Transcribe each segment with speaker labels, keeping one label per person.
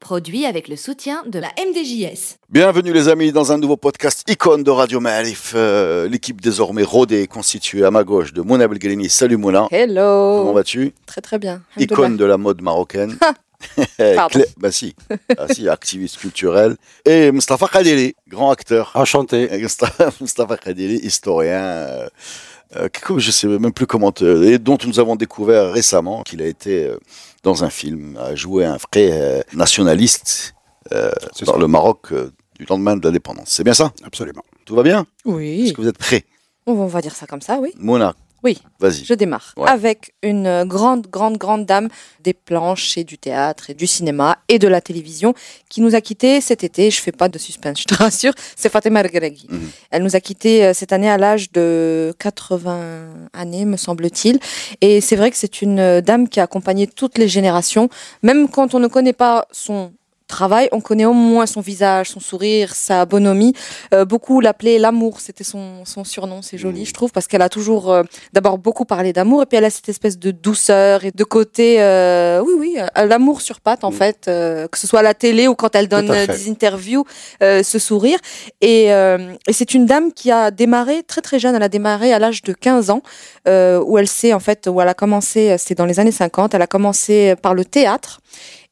Speaker 1: Produit avec le soutien de la MDJS.
Speaker 2: Bienvenue les amis dans un nouveau podcast icône de Radio Malif. Euh, L'équipe désormais rodée est constituée à ma gauche de Mouna Belgreni. Salut Mouna. Comment
Speaker 3: Hello
Speaker 2: vas-tu
Speaker 3: Très très bien.
Speaker 2: Icône de la mode marocaine.
Speaker 3: Pardon.
Speaker 2: Clé- bah si. Ah si, activiste culturel. Et Mustafa Kadeli, grand acteur.
Speaker 4: Enchanté.
Speaker 2: Et Mustafa Mustafa Kadeli, historien. euh, euh, que- je sais même plus comment te- et dont nous avons découvert récemment qu'il a été euh, dans un film, a joué un vrai euh, nationaliste euh,
Speaker 4: C'est
Speaker 2: dans
Speaker 4: ça.
Speaker 2: le Maroc euh, du lendemain de l'indépendance. C'est bien ça
Speaker 4: Absolument.
Speaker 2: Tout va bien Est-ce
Speaker 3: Oui.
Speaker 2: que vous êtes prêts
Speaker 3: On va- on va dire ça comme ça, oui.
Speaker 2: Mona
Speaker 3: Oui.
Speaker 2: Vas-y.
Speaker 3: Je démarre
Speaker 2: Ouais.
Speaker 3: avec une euh, grande, grande, grande dame des planches et du théâtre et du cinéma et de la télévision qui nous a quittés cet été. Je fais pas de suspense, je te rassure. C'est Fatima El Ghareghi.
Speaker 2: Mhm.
Speaker 3: Elle nous a quittés euh, cette année à l'âge de 80 années, me semble-t-il. Et c'est vrai que c'est une euh, dame qui a accompagné toutes les générations. Même quand on ne connaît pas son travail, on connaît au moins son visage, son sourire, sa bonhomie. Euh, beaucoup l'appelaient l'amour, c'était son, son surnom, c'est joli,
Speaker 2: Mhm.
Speaker 3: je trouve, parce qu'elle a toujours euh, d'abord beaucoup parlé d'amour et puis elle a cette espèce de douceur et de côté euh, oui oui euh, l'amour sur patte en
Speaker 2: Mm.
Speaker 3: fait euh, que ce soit à la télé ou quand elle donne
Speaker 4: Tout à
Speaker 3: euh,
Speaker 4: fait.
Speaker 3: des interviews euh, ce sourire et, euh, et c'est une dame qui a démarré très très jeune elle a démarré à l'âge de 15 ans euh, où elle s'est en fait où elle a commencé euh, c'était dans les années 50 elle a commencé euh, par le théâtre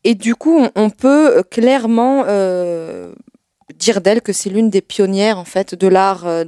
Speaker 3: et du coup on, on peut euh, clairement euh, dire d'elle que c'est l'une des pionnières en fait de l'art euh,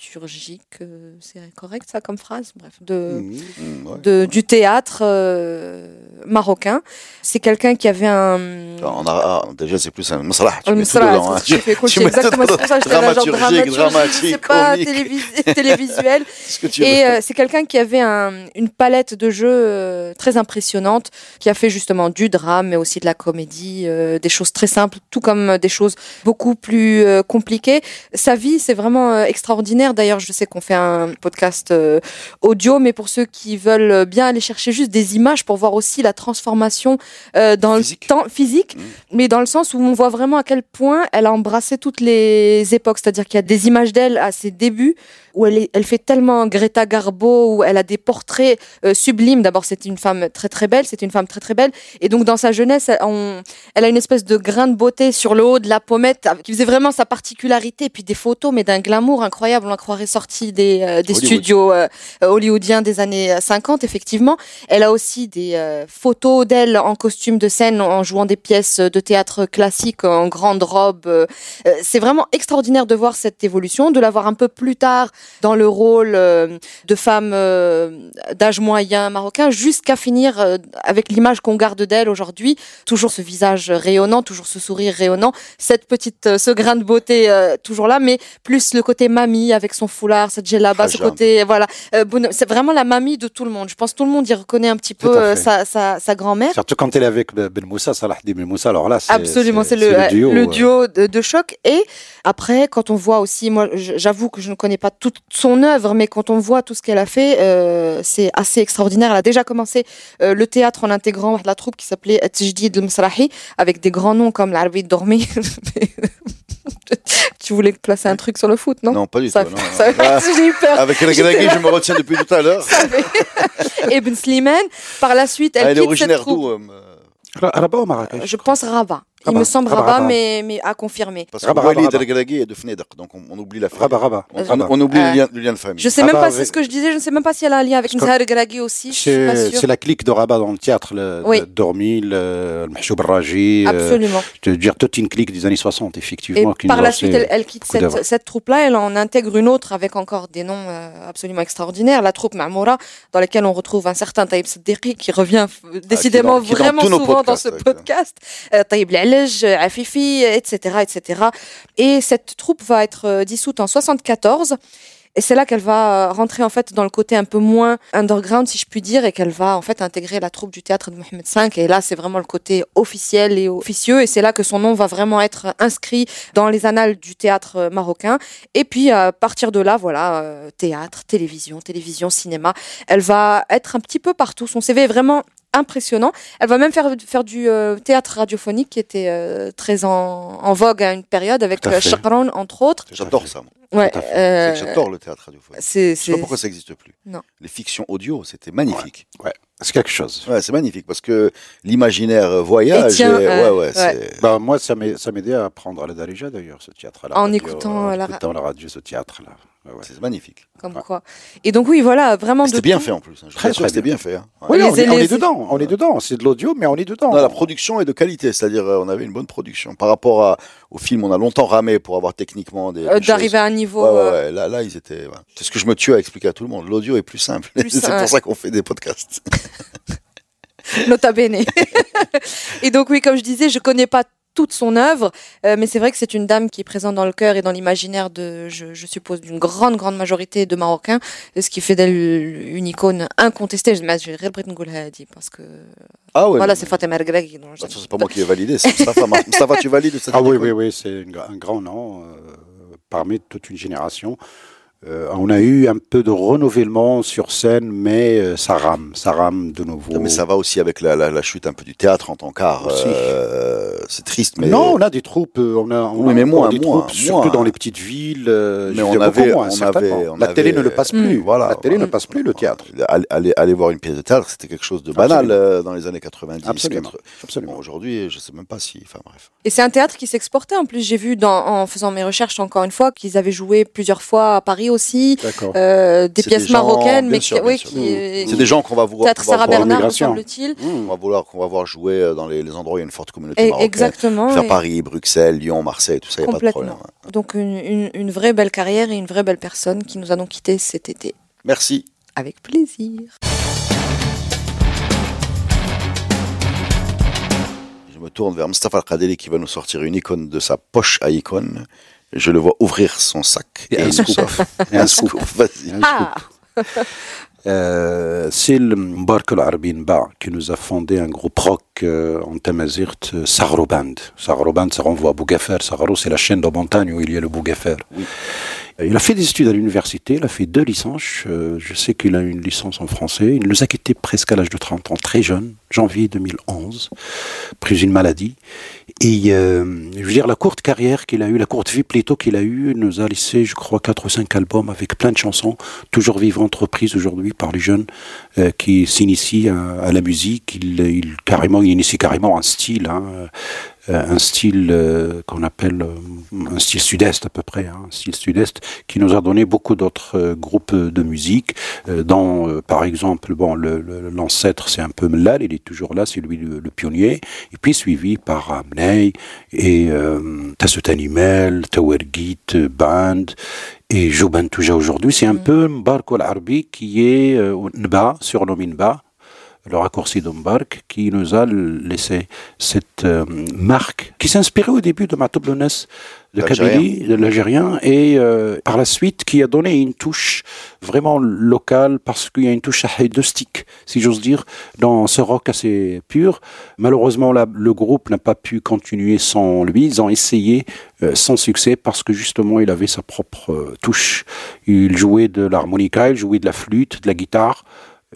Speaker 3: dramaturgique euh, c'est correct ça comme phrase bref de
Speaker 2: Mm, ouais.
Speaker 3: Euh, de- du théâtre euh, marocain. C'est quelqu'un qui avait un.
Speaker 2: On a- ah, déjà, c'est plus un masrah. Tu
Speaker 3: un
Speaker 2: mets tout
Speaker 3: Misra,
Speaker 2: dedans, hein.
Speaker 3: c'est ce que je fais, cool,
Speaker 2: tu
Speaker 3: c'est
Speaker 2: mets tout
Speaker 3: exactement c'est pour ça que j'étais là, genre
Speaker 2: Dramaturgique,
Speaker 3: dramaturgie,
Speaker 2: dramatique,
Speaker 3: c'est pas
Speaker 2: comique.
Speaker 3: télévis- télévisuel.
Speaker 2: Ce que tu
Speaker 3: Et
Speaker 2: veux.
Speaker 3: euh, c'est quelqu'un qui avait un- une palette de jeux euh, très impressionnante, qui a fait justement du drame, mais aussi de la comédie, euh, des choses très simples, tout comme euh, des choses beaucoup plus euh, compliquées. Sa vie, c'est vraiment euh, extraordinaire. D'ailleurs, je sais qu'on fait un podcast euh, audio, mais pour ceux qui veulent euh, bien aller chercher juste des images pour voir aussi la transformation euh, dans
Speaker 2: Physique.
Speaker 3: le temps physique,
Speaker 2: Mhm.
Speaker 3: mais dans le sens où on voit vraiment à quel point elle a embrassé toutes les époques. C'est-à-dire qu'il y a des images d'elle à ses débuts où elle, est- elle fait tellement Greta Garbo, où elle a des portraits euh, sublimes. D'abord, c'est une femme très très belle, c'est une femme très très belle. Et donc, dans sa jeunesse, elle- on- elle a une espèce de grain de beauté sur le haut de la pommette avec- qui faisait vraiment sa particularité. Et puis des photos, mais d'un glamour incroyable. On la croirait sortie des, euh, des
Speaker 2: Hollywood.
Speaker 3: studios euh, euh, hollywoodiens des années 50, effectivement. Elle a aussi des euh, photos d'elle en costume de scène, en jouant des pièces de théâtre classique, en grande robe. euh, euh, C'est vraiment extraordinaire de voir cette évolution, de la voir un peu plus tard dans le rôle euh, de femme euh, d'âge moyen marocain jusqu'à finir euh, avec l'image qu'on garde d'elle aujourd'hui, toujours ce visage rayonnant, toujours ce sourire rayonnant, cette petite euh, ce grain de beauté euh, toujours là mais plus le côté mamie avec son foulard, cette djellaba, ce
Speaker 2: Hijab.
Speaker 3: côté voilà, euh, bonhomme. c'est vraiment la mamie de tout le monde. Je pense que tout le monde y reconnaît un petit
Speaker 4: Tout
Speaker 3: peu
Speaker 4: à
Speaker 3: euh,
Speaker 4: fait.
Speaker 3: sa sa, sa grand-mère.
Speaker 4: Surtout quand elle est avec Ben Moussa, Salah Ben Moussa, alors là, c'est.
Speaker 3: Absolument, c'est le, euh, le duo, de, de choc. Et après, quand on voit aussi, moi, j- j'avoue que je ne connais pas toute son œuvre, mais quand on voit tout ce qu'elle a fait, euh, c'est assez extraordinaire. Elle a déjà commencé euh, le théâtre en intégrant la troupe qui s'appelait Tijdid El Msrahi, avec des grands noms comme l'Arbi Dormi. tu voulais placer un truc sur le foot, non,
Speaker 2: Non, pas du
Speaker 3: Ça,
Speaker 2: tout. non, non.
Speaker 3: ça-
Speaker 2: Ah,
Speaker 3: j'ai eu peur.
Speaker 2: Avec la
Speaker 3: J'étais
Speaker 2: Graghi,
Speaker 3: là.
Speaker 2: je me retiens depuis tout à l'heure.
Speaker 3: Ibn Slimane, par la suite, elle,
Speaker 2: Elle est
Speaker 3: quitte cette
Speaker 2: originaire
Speaker 3: troupe.
Speaker 2: d'où euh,
Speaker 4: Rabat au Marrakech.
Speaker 3: Je pense Rabat. Il
Speaker 4: Rabat,
Speaker 3: me semble
Speaker 4: Rabat,
Speaker 3: Rabat,
Speaker 4: Rabat.
Speaker 3: Mais, mais à confirmer.
Speaker 2: Parce que
Speaker 4: Rabat, Rabat,
Speaker 2: Walid
Speaker 4: Rabat.
Speaker 2: Al-Graghi est de Fnedek, donc on, on oublie
Speaker 3: Euh,
Speaker 2: la famille.
Speaker 4: Rabat, Rabat.
Speaker 2: On,
Speaker 4: Rabat.
Speaker 2: on oublie
Speaker 3: Ah.
Speaker 2: le, lien, le lien de famille.
Speaker 3: Je sais
Speaker 4: Ah
Speaker 3: même
Speaker 4: bah,
Speaker 3: pas,
Speaker 4: avec-
Speaker 3: c'est ce que je disais, je ne sais même pas s'il y a un lien avec
Speaker 4: Parce que-
Speaker 3: Nzahar Graghi aussi, je suis pas
Speaker 4: C'est
Speaker 3: sûre.
Speaker 4: c'est la clique de Rabat dans le théâtre, le,
Speaker 3: Oui.
Speaker 4: le Dormi, le, le Mahchoub Raji, euh,
Speaker 3: Absolument.
Speaker 4: je veux dire toute une clique des années
Speaker 3: Et
Speaker 4: 60, effectivement. qui
Speaker 3: par
Speaker 4: nous
Speaker 3: la
Speaker 4: a
Speaker 3: suite,
Speaker 4: fait-
Speaker 3: elle, elle quitte
Speaker 4: coup d'œuvre.
Speaker 3: cette, cette troupe-là, elle en intègre une autre avec encore des noms euh, absolument extraordinaires. La troupe Mamoura, dans laquelle on retrouve un certain Taïb Seddiqi qui revient euh, décidément
Speaker 2: Ah, qui est dans
Speaker 3: vraiment
Speaker 2: tous nos
Speaker 3: souvent dans
Speaker 2: podcasts,
Speaker 3: ce
Speaker 2: ouais.
Speaker 3: podcast. Euh, Taïb Lalej, euh, Afifi, etc., etc. Et cette troupe va être euh, dissoute en 74. Et c'est là qu'elle va euh, rentrer en fait dans le côté un peu moins underground, si je puis dire, et qu'elle va en fait intégrer la troupe du théâtre de Mohamed V. Et là, c'est vraiment le côté officiel et officieux. Et c'est là que son nom va vraiment être inscrit dans les annales du théâtre euh, marocain. Et puis, à partir de là, voilà, euh, théâtre, télévision, télévision, cinéma. Elle va être un petit peu partout. Son CV est vraiment impressionnant. Elle va même faire, faire du euh, théâtre radiophonique qui était euh, très en, en vogue à une période avec
Speaker 4: Tout à
Speaker 3: euh,
Speaker 4: fait.
Speaker 3: Chakran, entre autres.
Speaker 2: J'adore ça. moi.
Speaker 3: Ouais,
Speaker 4: Tout à fait.
Speaker 3: euh,
Speaker 2: C'est que J'adore le théâtre radiophonique.
Speaker 3: c'est,
Speaker 2: Je sais pas
Speaker 3: Euh, c'est,
Speaker 2: pourquoi ça n'existe plus.
Speaker 3: Non.
Speaker 2: Les fictions audio, c'était magnifique.
Speaker 4: C'est quelque chose.
Speaker 2: Ouais, c'est magnifique parce que l'imaginaire euh, voyage.
Speaker 3: Et tiens,
Speaker 2: et-
Speaker 3: euh,
Speaker 2: ouais, ouais,
Speaker 3: ouais.
Speaker 2: c'est-
Speaker 4: Bah, moi, ça m'est- ça m'aidait à apprendre à la Darija, d'ailleurs, ce théâtre-là.
Speaker 3: En
Speaker 4: radio,
Speaker 3: écoutant,
Speaker 4: en
Speaker 3: euh, la ra-
Speaker 4: écoutant la radio, ce théâtre-là. Ouais, ouais.
Speaker 2: c'est magnifique.
Speaker 3: comme quoi. Et donc oui, voilà, vraiment de
Speaker 2: C'était bien
Speaker 3: tout.
Speaker 2: fait en plus. hein. Je
Speaker 4: Très,
Speaker 2: suis sûr que
Speaker 4: très
Speaker 2: c'était
Speaker 4: bien.
Speaker 2: bien fait. hein. Ouais.
Speaker 4: Oui,
Speaker 3: Les
Speaker 4: on, est, on est
Speaker 3: élèves-
Speaker 4: dedans, on est dedans. C'est de l'audio, mais on est dedans.
Speaker 2: Non, la production est de qualité, c'est-à-dire euh, on avait une bonne production. Par rapport à- au film, on a longtemps ramé pour avoir techniquement des,
Speaker 3: Euh,
Speaker 2: des
Speaker 3: d'arriver
Speaker 2: choses.
Speaker 3: à un niveau
Speaker 2: Ouais, ouais,
Speaker 3: euh,
Speaker 2: ouais. Là, là, ils étaient. voilà. C'est ce que je me tue à expliquer à tout le monde. L'audio est plus simple.
Speaker 3: Plus
Speaker 2: c'est
Speaker 3: simple.
Speaker 2: pour ça qu'on fait des podcasts.
Speaker 3: nota bene. et donc oui, comme je disais, je connais pas toute son œuvre, euh, mais c'est vrai que c'est une dame qui est présente dans le cœur et dans l'imaginaire de, je, je suppose, d'une grande, grande majorité de Marocains, ce qui fait d'elle une icône incontestée. Je vais le parce que
Speaker 2: Ah ouais.
Speaker 3: voilà,
Speaker 2: mais-
Speaker 3: c'est Fatima El Greghi. dont je-
Speaker 2: Bah, ça, c'est pas moi qui l'ai validé. c'est Mustafa, Mar- Mustafa, tu valides cette
Speaker 4: Ah oui,
Speaker 2: idée,
Speaker 4: oui, oui, c'est une gra- un grand nom euh, parmi toute une génération. Euh, on a eu un peu de renouvellement sur scène, mais euh, ça rame, ça rame de nouveau.
Speaker 2: quoi. Mais ça va aussi avec la, la- la chute un peu du théâtre en tant qu'art.
Speaker 4: Aussi.
Speaker 2: euh, c'est triste, mais
Speaker 4: Non, on a des troupes, euh, on a, on
Speaker 2: Oui,
Speaker 4: a
Speaker 2: mais
Speaker 4: encore
Speaker 2: moins,
Speaker 4: des
Speaker 2: moins,
Speaker 4: troupes,
Speaker 2: moins.
Speaker 4: surtout dans les petites villes. euh,
Speaker 2: Mais
Speaker 4: je veux
Speaker 2: on
Speaker 4: dire, beaucoup
Speaker 2: avait-
Speaker 4: moins,
Speaker 2: on
Speaker 4: certainement.
Speaker 2: avait- on
Speaker 4: la télé
Speaker 2: avait-
Speaker 4: ne le passe plus.
Speaker 2: Voilà,
Speaker 4: la télé
Speaker 2: voilà.
Speaker 4: ne passe plus le théâtre.
Speaker 2: Aller, aller- aller voir une pièce de théâtre, c'était quelque chose de banal
Speaker 4: Absolument.
Speaker 2: euh, dans les années 90.
Speaker 4: Absolument.
Speaker 2: 80. Bon,
Speaker 4: Absolument.
Speaker 2: Aujourd'hui, je sais même pas si. Enfin bref.
Speaker 3: Et c'est un théâtre qui s'exportait. En plus, j'ai vu dans, en faisant mes recherches encore une fois qu'ils avaient joué plusieurs fois à Paris aussi
Speaker 4: D'accord.
Speaker 3: euh, des
Speaker 2: C'est
Speaker 3: pièces
Speaker 2: des gens-
Speaker 3: marocaines,
Speaker 2: bien
Speaker 3: mais
Speaker 2: sûr,
Speaker 3: qui,
Speaker 2: bien
Speaker 3: oui,
Speaker 2: sûr.
Speaker 3: qui, euh,
Speaker 4: Mmh.
Speaker 2: C'est des gens qu'on va voir.
Speaker 3: théâtre
Speaker 2: qu'on va
Speaker 3: Sarah
Speaker 2: voir-
Speaker 3: Bernard, me
Speaker 4: l'immigration.
Speaker 3: semble-t-il.
Speaker 2: qu'on va vouloir qu'on va voir jouer euh, dans les, les endroits où il y a une forte communauté
Speaker 3: Et-
Speaker 2: marocaine.
Speaker 3: Exactement.
Speaker 2: Faire
Speaker 3: et-
Speaker 2: Paris, Bruxelles, Lyon, Marseille, tout ça, il n'y a pas de
Speaker 3: Complètement.
Speaker 2: problème.
Speaker 3: Donc une, une, une vraie belle carrière et une vraie belle personne qui nous a donc quittés cet été.
Speaker 2: Merci.
Speaker 3: Avec plaisir.
Speaker 2: Je me tourne vers Mustafa Al-Qadeli qui va nous sortir une icône de sa poche à icône. Je le vois ouvrir son sac et,
Speaker 4: Et un
Speaker 2: il
Speaker 4: scoop.
Speaker 2: bouffe.
Speaker 4: Et un scoop.
Speaker 2: Vas-y.
Speaker 3: Ah
Speaker 4: Euh, c'est le Mbark al-Arbi Nba qui nous a fondé un groupe rock euh, en Tamazirt, euh, Sagro Band. Sagro Band, ça renvoie à Bougafer. Sagro, c'est la chaîne de montagne où il y a le Bougafer. Euh, Il a fait des études à l'université, il a fait deux licences. euh, je sais qu'il a une licence en français. Il nous a quittés presque à l'âge de 30 ans, très jeune, janvier 2011, pris une maladie. Et euh, je veux dire, la courte carrière qu'il a eue, la courte vie plutôt qu'il a eue, nous a laissé, je crois, quatre ou cinq albums avec plein de chansons, toujours vivantes, reprises aujourd'hui par les jeunes euh, qui s'initient à, à la musique. Il, il, carrément, il initie carrément un style, hein, euh, un style euh, qu'on appelle euh, un style sud-est à peu près, hein, un style sud-est qui nous a donné beaucoup d'autres euh, groupes de musique, euh, dont, euh, par exemple, bon, le- le- l'ancêtre, c'est un peu Mellal, il est toujours là, c'est lui le, le pionnier, et puis suivi par Amnei et euh, Tasset Animal, Tower Git, Band, et Jouban Touja aujourd'hui. C'est un peu Mbark al-Arbi qui est euh, Nba, surnommé Nba, le raccourci de Mbark, qui nous a laissé cette euh, marque qui s'inspirait au début de Matoub Lounès, de
Speaker 2: L'Algérien.
Speaker 4: Kabylie, de l'Algérien, et euh, par la suite qui a donné une touche vraiment locale parce qu'il y a une touche haïdostique, si j'ose dire, dans ce rock assez pur. Malheureusement, la- le groupe n'a pas pu continuer sans lui. Ils ont essayé euh, sans succès parce que justement, il avait sa propre euh, touche. Il jouait de l'harmonica, il jouait de la flûte, de la guitare.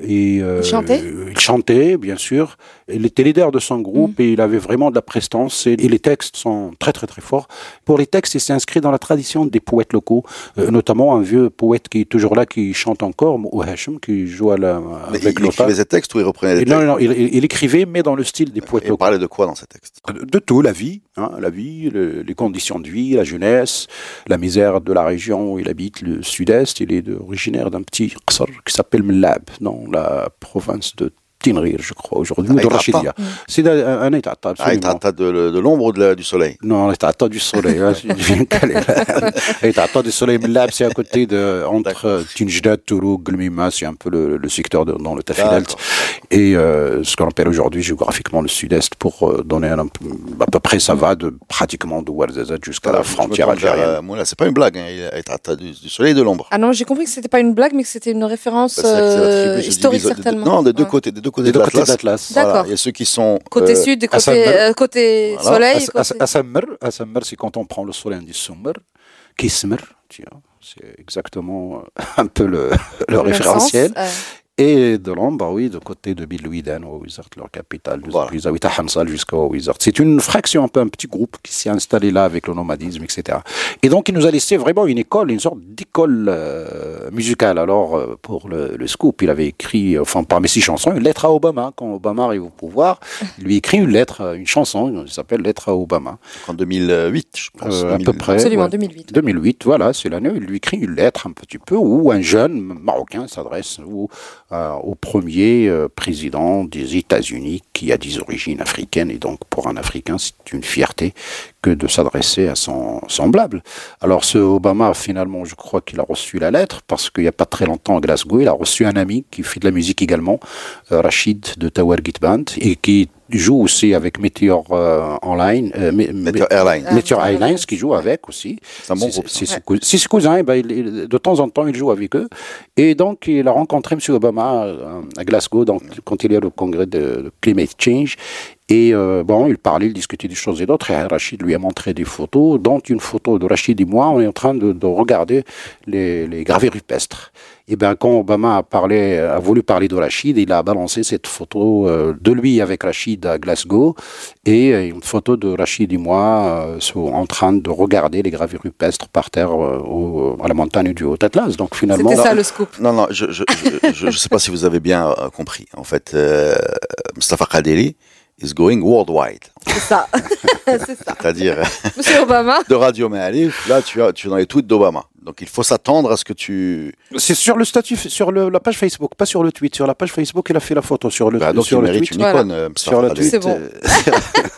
Speaker 4: Et euh,
Speaker 3: Il chantait
Speaker 4: euh, il chantait, bien sûr. Il était leader de son groupe
Speaker 3: Mm.
Speaker 4: et il avait vraiment de la prestance. Et, et les textes sont très, très, très forts. Pour les textes, il s'est inscrit dans la tradition des poètes locaux, euh, notamment un vieux poète qui est toujours là, qui chante encore, Mou Hachem, qui joue à la,
Speaker 2: Mais
Speaker 4: avec
Speaker 2: il
Speaker 4: l'OTA.
Speaker 2: écrivait ses textes ou il reprenait les
Speaker 4: Et Non,
Speaker 2: textes
Speaker 4: non, non, il, il- il écrivait, mais dans le style des poètes
Speaker 2: Et il
Speaker 4: locaux.
Speaker 2: parlait de quoi dans ses textes
Speaker 4: De tout, la vie, hein, la vie, le- les conditions de vie, la jeunesse, la misère de la région où il habite, le sud-est. Il est originaire d'un petit qsar qui s'appelle Mlab, dans la province de 60 rires, je crois, aujourd'hui,
Speaker 2: Ah,
Speaker 4: ou de
Speaker 2: Aït Atta.
Speaker 4: Rachidia. C'est un un Aït Atta,
Speaker 2: Ah, il
Speaker 4: absolument.
Speaker 2: traite de, de l'ombre ou de la- du soleil
Speaker 4: Non, Aït Atta du soleil. hein, je viens de caler, là. Aït Atta du soleil, mais là, c'est à côté de, entre euh, Tinjda, Toulouse, Gulmima, c'est un peu le, le secteur de- dans le Tafilalt.
Speaker 2: D'accord.
Speaker 4: Et euh, ce qu'on appelle aujourd'hui géographiquement le sud-est, pour euh, donner un, à peu près, ça va de pratiquement de Ouarzazate jusqu'à la
Speaker 2: Je me
Speaker 4: frontière
Speaker 2: tourne vers,
Speaker 4: algérienne.
Speaker 2: euh, Moula, c'est pas une blague, hein, il est traite du, du soleil et de l'ombre.
Speaker 3: Ah non, j'ai compris que c'était pas une blague, mais que c'était une référence
Speaker 2: Bah, c'est vrai que c'est la
Speaker 3: euh,
Speaker 2: tribu, je
Speaker 3: historique
Speaker 2: divise- de-
Speaker 3: certainement.
Speaker 2: Non, des deux
Speaker 3: Ouais.
Speaker 2: côtés, des deux côtés
Speaker 4: Des
Speaker 2: de
Speaker 4: deux côtés
Speaker 2: l'Atlas.
Speaker 4: d'Atlas.
Speaker 3: D'accord.
Speaker 2: Voilà, il y a ceux qui sont
Speaker 3: Côté
Speaker 2: euh,
Speaker 3: sud et
Speaker 4: à
Speaker 3: côté,
Speaker 4: Saint-Malo.
Speaker 3: euh, côté
Speaker 2: Voilà.
Speaker 3: soleil. et
Speaker 4: As- As-
Speaker 3: côté-
Speaker 4: Asammer, Asammer, c'est quand on prend le soleil du Sommer, Kismer, tu vois, c'est exactement euh, un peu le, le
Speaker 3: le
Speaker 4: référentiel.
Speaker 3: sens, euh,
Speaker 4: Et de l'ombre, oui, de côté de Bilouidan, Ouizart, leur capitale, de
Speaker 2: Voilà.
Speaker 4: Zawiza, Hansal jusqu'à Ouizart. C'est une fraction, un peu un petit groupe qui s'est installé là avec le nomadisme, etc. Et donc, il nous a laissé vraiment une école, une sorte d'école euh, musicale. Alors, euh, pour le, le scoop, il avait écrit, euh, enfin, parmi six chansons, une lettre à Obama. Quand Obama arrive au pouvoir, il lui écrit une lettre, euh, une chanson, qui s'appelle Lettre à Obama.
Speaker 2: en 2008, je pense.
Speaker 4: Euh, à
Speaker 2: 2000.
Speaker 4: peu près.
Speaker 3: Absolument,
Speaker 4: ouais.
Speaker 3: 2008.
Speaker 4: 2008, voilà, c'est l'année où il lui écrit une lettre un petit peu où un jeune marocain s'adresse au, euh, au premier euh, président des États-Unis qui a des origines africaines et donc pour un Africain c'est une fierté que de s'adresser à son semblable. Alors ce Obama finalement je crois qu'il a reçu la lettre parce qu'il n'y a pas très longtemps à Glasgow il a reçu un ami qui fait de la musique également, euh, Rachid de Tower Git Band et qui joue aussi avec Meteor euh, Online, euh, Mé-
Speaker 2: Meteor Airlines.
Speaker 3: Ah,
Speaker 4: Meteor
Speaker 3: Meteor
Speaker 4: Airlines
Speaker 3: Airlines.
Speaker 4: qui joue avec aussi.
Speaker 2: C'est un bon groupe,
Speaker 4: C'est ses cous- c'est ses cousins, eh ben, il- il- de temps en temps, il joue avec eux. Et donc, il a rencontré M. Obama euh, à Glasgow donc, quand il y a le congrès de, de Climate Change. Et euh, bon, il parlait, il discutait des choses et d'autres. Et Rachid lui a montré des photos, dont une photo de Rachid et moi, on est en train de, de regarder les, les gravés rupestres. Et bien, Eh ben, quand Obama a, parlé, a voulu parler de Rachid, il a balancé cette photo euh, de lui avec Rachid à Glasgow et euh, une photo de Rachid et moi euh, sont en train de regarder les gravures rupestres par terre euh, au- à la montagne du Haut-Atlas. Donc finalement,
Speaker 3: C'était ça le scoop.
Speaker 2: Non, non, je je, je, je, je sais pas si vous avez bien euh, compris. En fait, euh, Mustafa Kadeli is going worldwide.
Speaker 3: C'est ça. c'est ça.
Speaker 2: C'est-à-dire,
Speaker 3: Monsieur Obama.
Speaker 2: de Radio Maalif, là, tu, as, tu es dans les tweets d'Obama. Donc, il faut s'attendre à ce que tu...
Speaker 4: c'est sur le statut, sur le- la page Facebook, pas sur le tweet. Sur la page Facebook, il a fait la photo sur le,
Speaker 2: Bah, donc,
Speaker 4: sur
Speaker 2: il
Speaker 4: le
Speaker 2: mérite
Speaker 4: tweet.
Speaker 2: une
Speaker 3: voilà.
Speaker 2: icône, euh, Mustafa
Speaker 4: Sur le
Speaker 2: Kadeli.
Speaker 4: tweet.
Speaker 3: C'est bon.
Speaker 4: euh,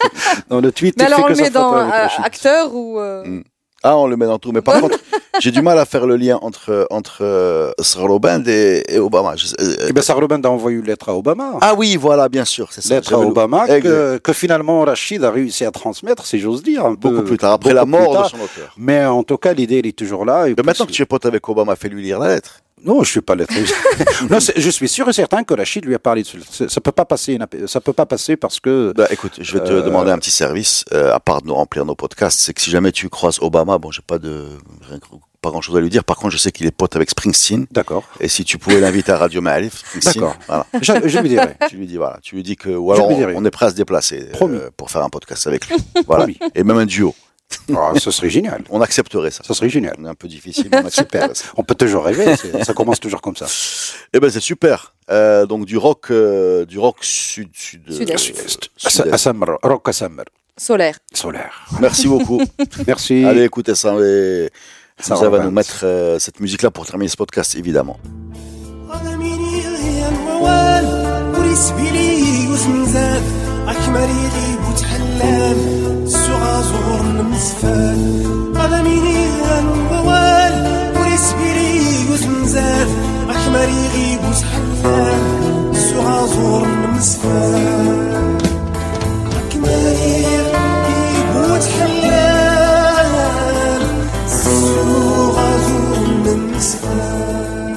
Speaker 4: dans le tweet,
Speaker 3: Mais
Speaker 4: il
Speaker 3: alors
Speaker 4: fait
Speaker 3: on
Speaker 4: que
Speaker 3: le
Speaker 4: sa
Speaker 3: met dans
Speaker 4: photo avec
Speaker 3: euh,
Speaker 4: Rachid.
Speaker 3: acteur ou euh,
Speaker 2: Mm. Ah, on le met dans tout. Mais par contre, j'ai du mal à faire le lien entre, entre euh, Sraroband et, et Obama. Je sais- euh,
Speaker 4: Eh ben, Sarlobin a envoyé une lettre à Obama.
Speaker 2: ah oui, voilà, bien sûr, c'est ça.
Speaker 4: lettre à
Speaker 2: J'avais le-
Speaker 4: Obama
Speaker 2: Exact.
Speaker 4: que, que finalement Rachid a réussi à transmettre, si j'ose dire. un peu-
Speaker 2: Beaucoup plus tard, après la
Speaker 4: beaucoup plus
Speaker 2: mort de
Speaker 4: tard.
Speaker 2: son auteur.
Speaker 4: Mais en tout cas, l'idée, elle est toujours là. Et
Speaker 2: Mais
Speaker 4: puis,
Speaker 2: maintenant que tu es pote avec Obama, fais-lui lire la lettre.
Speaker 4: Non, je suis pas lettré. non, c'est- je suis sûr et certain que Rachid lui a parlé de ça. Ça peut pas passer, inap- ça peut pas passer parce que
Speaker 2: Bah, écoute, je vais te
Speaker 4: Euh,
Speaker 2: demander un petit service, euh, à part de nous remplir nos podcasts, c'est que si jamais tu croises Obama, bon, j'ai pas de, rien- pas grand chose à lui dire. Par contre, je sais qu'il est pote avec Springsteen.
Speaker 4: D'accord.
Speaker 2: Et si tu pouvais l'inviter à Radio Maalif, Springsteen,
Speaker 4: D'accord.
Speaker 2: voilà.
Speaker 4: Je, je lui dirai.
Speaker 2: Tu lui dis, voilà. Tu lui dis que, ou alors,
Speaker 4: lui dirai.
Speaker 2: on est prêt à se déplacer, euh,
Speaker 4: Promis.
Speaker 2: pour faire un podcast avec lui. Voilà.
Speaker 4: Promis.
Speaker 2: Et même un duo.
Speaker 4: Ah, ce serait génial.
Speaker 2: On accepterait ça.
Speaker 4: Ça serait génial.
Speaker 2: On est un peu difficile, mais on accepterait ça.
Speaker 4: On peut toujours rêver. c'est- Ça commence toujours comme ça.
Speaker 2: Eh ben, c'est super. Euh, donc, du rock, euh, du rock sud, sud,
Speaker 3: Sud-est.
Speaker 2: euh,
Speaker 4: Sud-est.
Speaker 2: sud-est.
Speaker 4: Assamr, Rock Assamr,
Speaker 3: solaire
Speaker 4: solaire.
Speaker 2: Merci beaucoup.
Speaker 4: Merci.
Speaker 2: Allez, écoutez ça. Et...
Speaker 4: Ça
Speaker 2: Hamza va
Speaker 4: revient.
Speaker 2: nous mettre euh, cette musique-là pour terminer ce podcast, évidemment.
Speaker 5: قدمي لي موال ورسبي لي وزمزان أكمري لي وتحلان السعى زور المسفال قدمي لي موال ورسبي لي وزمزان أكمري لي وتحلان السعى زور المسفال كمارير يبوت حلال السوغة زور المسفال